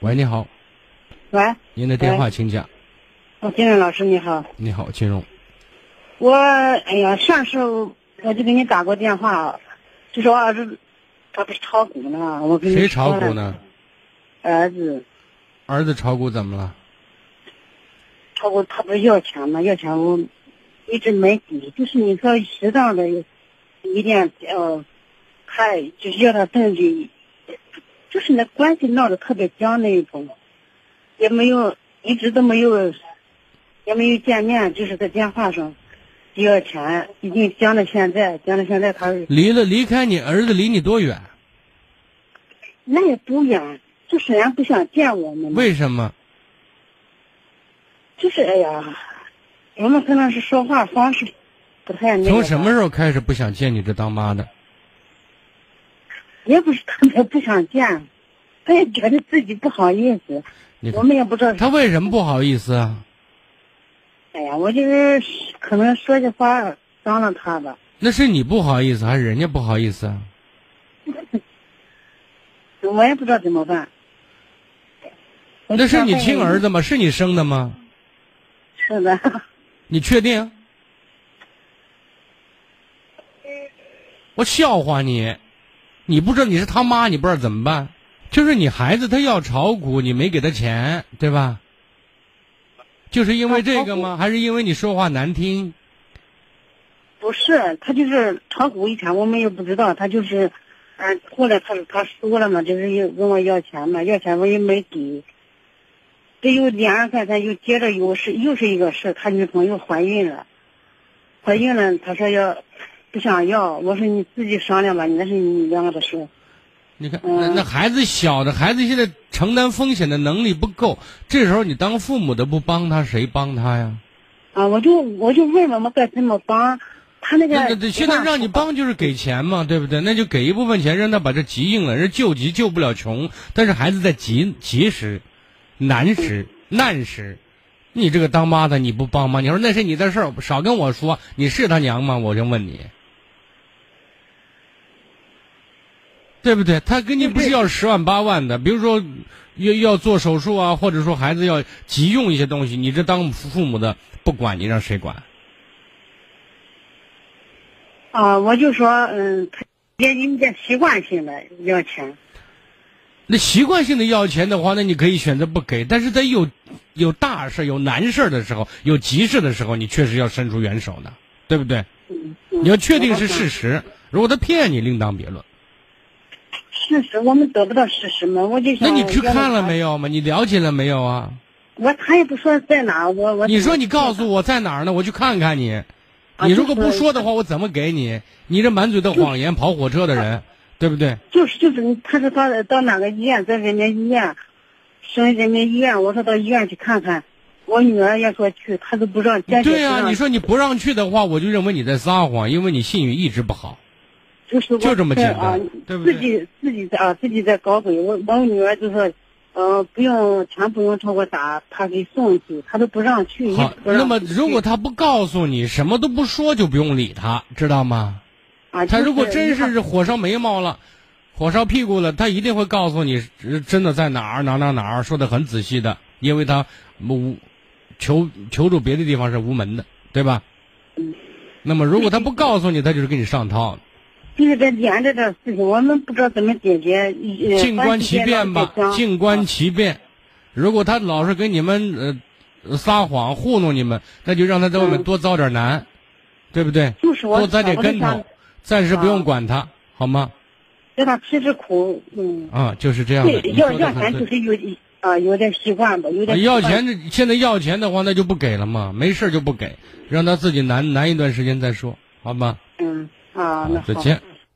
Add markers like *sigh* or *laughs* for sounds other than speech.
喂，你好，喂，您的电话请讲。哦，金润老师你好，你好，金荣。我哎呀，上次我就给你打过电话，就说儿子他不是炒股呢，我跟你谁说炒了股？呢？儿子儿子炒股怎么了？炒股，他不是要钱吗？要钱我一直没给，就是你说适当的一点呃，还就是要点证据，就是那关系闹得特别僵那一种，也没有一直都没有，也没有见面，就是在电话上。要钱已经僵到现在，僵到现在他离了，离开你儿子离你多远？那也不远，就是人家不想见我们嘛，为什么？就是哎呀，我们可能是说话方式不太那个。从什么？时候开始不想见你这当妈的？也不是特别不想见，他也觉得自己不好意思你。看我们也不知道是他为什么不好意思啊？哎呀，我就是可能说句话伤了他吧。那是你不好意思，还是人家不好意思啊？我也不知道怎么办。那是你亲儿子吗？是你生的吗？是的，你确定？我笑话你，你不知道你是他妈，你不知道怎么办？就是你孩子他要炒股，你没给他钱，对吧？就是因为这个吗？还是因为你说话难听？不是他就是炒股以前我们也不知道，他就是，嗯、后来他他输了嘛，就是又问我要钱嘛，要钱我也没给。这又连着再再又接着又是又是一个事，他女朋友怀孕了，怀孕了，他说要不想要，我说你自己商量吧，那是你两个的事。你看，那那孩子小的孩子现在承担风险的能力不够，这时候你当父母的不帮他，谁帮他呀？啊，我就我就问我们该怎么帮，他那个那那那现在让你帮就是给钱嘛，对不对？那就给一部分钱，让他把这急应了。人救急救不了穷，但是孩子在急急时、难时、难时，你这个当妈的你不帮吗？你说那是你的事儿，少跟我说。你是他娘吗？我就问你，对不对？他跟你不是要十万八万的，比如说要要做手术啊，或者说孩子要急用一些东西，你这当父母的不管，你让谁管？啊，我就说嗯，他也有点习惯性的要钱。那习惯性的要钱的话，那你可以选择不给，但是在有有大事、有难事的时候、有急事的时候，你确实要伸出援手的，对不对？嗯，你要确定是事实，如果他骗你，另当别论。事实，我们得不到事实嘛，我就想。那你去看了？没有嘛？你了解了没有啊？我他也不说在哪儿，我我。你说你告诉我在哪儿呢？我去看看你。啊你如果就是不说的话，我怎么给你？你这满嘴的谎言，跑火车的人，对不对？就是就是，他说到到哪个医院，在人民医院，省人民医院，我说到医院去看看。我女儿也说去，她都不让。坚决对不呀、让你说你不让去的话，我就认为你在撒谎，因为你信誉一直不好。就是我就这么简单啊、对不对自己自己在啊，自己在搞鬼。我我女儿就说，呃，不用钱不用超过啥，她给送去，她都不让去。一好直， *laughs* 不让那么去如果他不告诉你，什么都不说，就不用理他，知道吗？啊，他就如果真一是下火烧眉毛了，火烧屁股了，他一定会告诉你呃真的在哪儿哪儿哪儿哪儿，说的很仔细的，因为他无求求助别的地方是无门的，对吧？嗯那么如果他不告诉你，他就是给你上套了。就是这连着这事情，我们不知道怎么解决。呃静观其变吧，啊静观。其变。如果他老是跟你们呃撒谎糊弄你们，那就让他在外面嗯多遭点难，对不对？就是我多栽点我啊就跟想头，暂时不用管他，好吗？让她吃吃苦，嗯，啊，就是这样的。对，你要说的要钱很就对。是有一啊有点习惯吧，有啊点要习惯钱，这现在要钱的话，那就不给了嘛，没事儿就不给，让他自己难难一段时间再说，好吗？嗯啊，那再好。见。